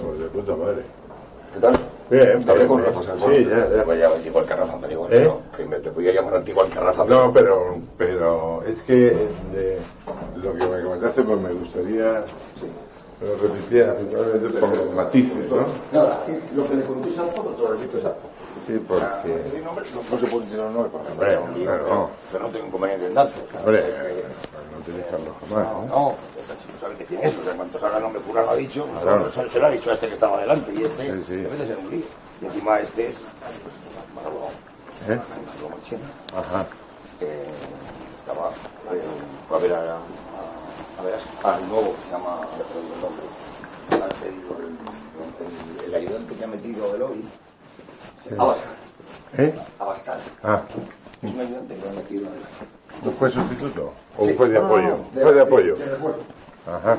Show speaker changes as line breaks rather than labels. Pues de puta madre.
¿Qué tal?
Bien,
Hablé
bien,
con
bien.
Rafa. ¿sabes?
Sí, ya, ya.
Pues ya, igual que Rafa, me digo,
¿Eh?
no, que me te podía llamar a ti igual que Rafa.
No, pero, pero es que eh, lo que me comentaste, pues me gustaría que lo repitiera simplemente por los matices, ¿no?
Nada, es lo que le contéis al todo, todo lo repito al
Sí, porque.
No, hombre, no, no se puede tirar un nombre, por ejemplo.
Hombre,
Yo-
hombre,
yo-
no.
Yo no tengo inconveniente en darlo.
Hombre, pues
Eh,
no utilizarlo jamás,
No,
¿no?
no, esta chica sabe que tiene eso. O sea, cuantos ahora no me cura lo ha dicho, pues
Claro.
se, se lo ha dicho a este que estaba adelante y este
Sí, sí.
debe de ser un lío. Y encima este es más abogado,
¿Eh?
más abogado chino.
Ajá.
Eh, estaba, eh, fue a ver a, a- a ver a- al nuevo que se llama no me acuerdo el nombre. El, el- el ayudante que ha metido el hoy. Abascal.
¿Eh?
Abascal.
Ah,
Es un ayudante que ha metido el
¿un juez sustituto? ¿O
Sí.
un juez de
No, no,
apoyo?
no,
Juez de apoyo.
De recuerdo.
Ajá.